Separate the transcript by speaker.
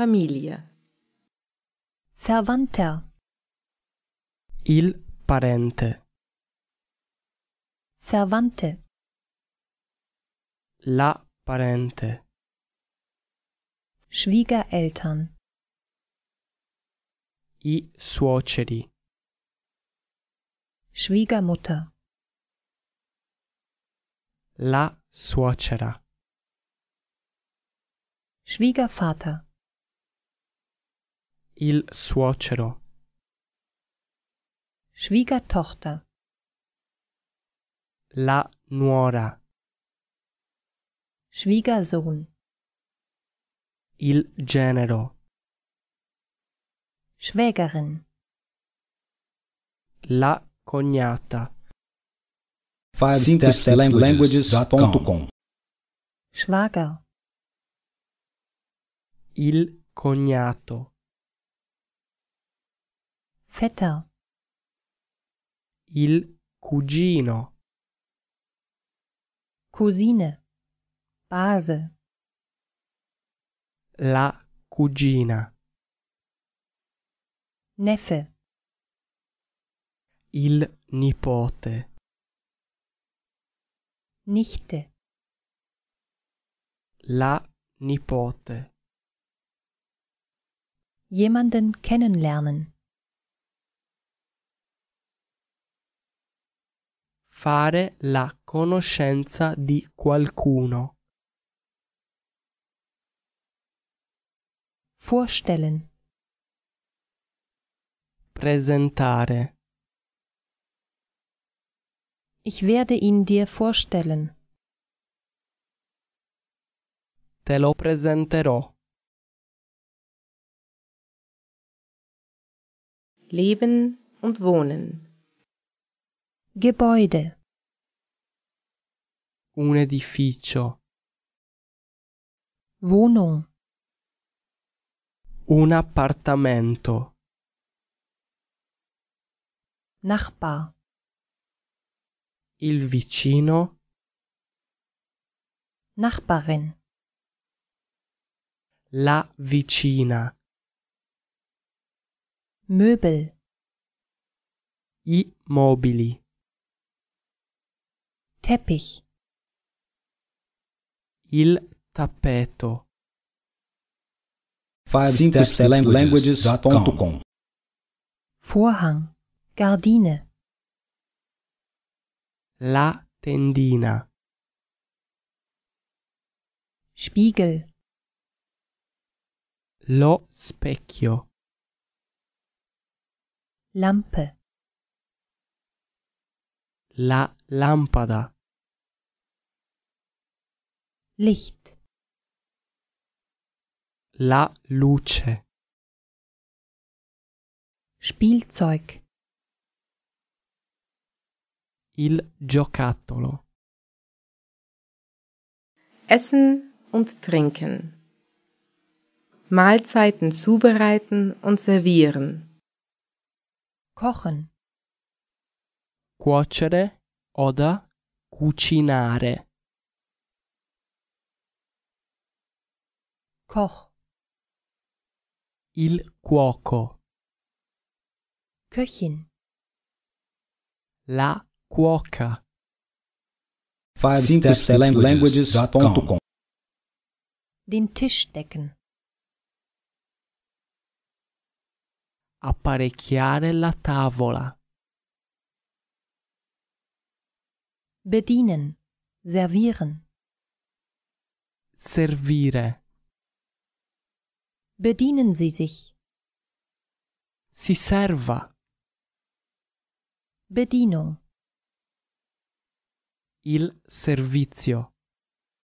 Speaker 1: Familie.
Speaker 2: Verwandter.
Speaker 3: Il parente.
Speaker 2: Verwandte.
Speaker 3: La parente.
Speaker 2: Schwiegereltern.
Speaker 3: I suoceri.
Speaker 2: Schwiegermutter.
Speaker 3: La suocera.
Speaker 2: Schwiegervater.
Speaker 3: Il suocero.
Speaker 2: Schwiegertochter.
Speaker 3: La nuora.
Speaker 2: Schwiegersohn.
Speaker 3: Il genero.
Speaker 2: Schwägerin.
Speaker 3: La cognata.
Speaker 4: 5stepslanguages.com
Speaker 2: Schwager.
Speaker 3: Il cognato.
Speaker 2: Vetter.
Speaker 3: Il cugino.
Speaker 2: Cousine. Base.
Speaker 3: La cugina.
Speaker 2: Neffe.
Speaker 3: Il nipote.
Speaker 2: Nichte.
Speaker 3: La nipote.
Speaker 2: Jemanden kennenlernen.
Speaker 3: Fare la conoscenza di qualcuno.
Speaker 2: Vorstellen.
Speaker 3: Presentare.
Speaker 2: Ich werde ihn dir vorstellen.
Speaker 3: Te lo presenterò.
Speaker 1: Leben und Wohnen.
Speaker 2: Gebäude.
Speaker 3: Un edificio.
Speaker 2: Wohnung.
Speaker 3: Un appartamento.
Speaker 2: Nachbar.
Speaker 3: Il vicino.
Speaker 2: Nachbarin.
Speaker 3: La vicina.
Speaker 2: Möbel.
Speaker 3: I mobili.
Speaker 2: Teppich.
Speaker 3: Il tappeto.
Speaker 4: 5stepslanguages.com
Speaker 2: Vorhang. Gardine.
Speaker 3: La tendina.
Speaker 2: Spiegel.
Speaker 3: Lo specchio.
Speaker 2: Lampe.
Speaker 3: La lampada.
Speaker 2: Licht.
Speaker 3: La luce.
Speaker 2: Spielzeug.
Speaker 3: Il giocattolo.
Speaker 1: Essen und Trinken. Mahlzeiten zubereiten und servieren.
Speaker 2: Kochen.
Speaker 3: Cuocere o da cucinare.
Speaker 2: Koch.
Speaker 3: Il cuoco.
Speaker 2: Köchin.
Speaker 3: La cuoca.
Speaker 4: 5stepslanguages.com
Speaker 2: Den Tisch decken.
Speaker 3: Apparecchiare la tavola.
Speaker 2: Bedienen. Servieren.
Speaker 3: Servire.
Speaker 2: Bedienen Sie sich.
Speaker 3: Si serva.
Speaker 2: Bedienung.
Speaker 3: Il servizio.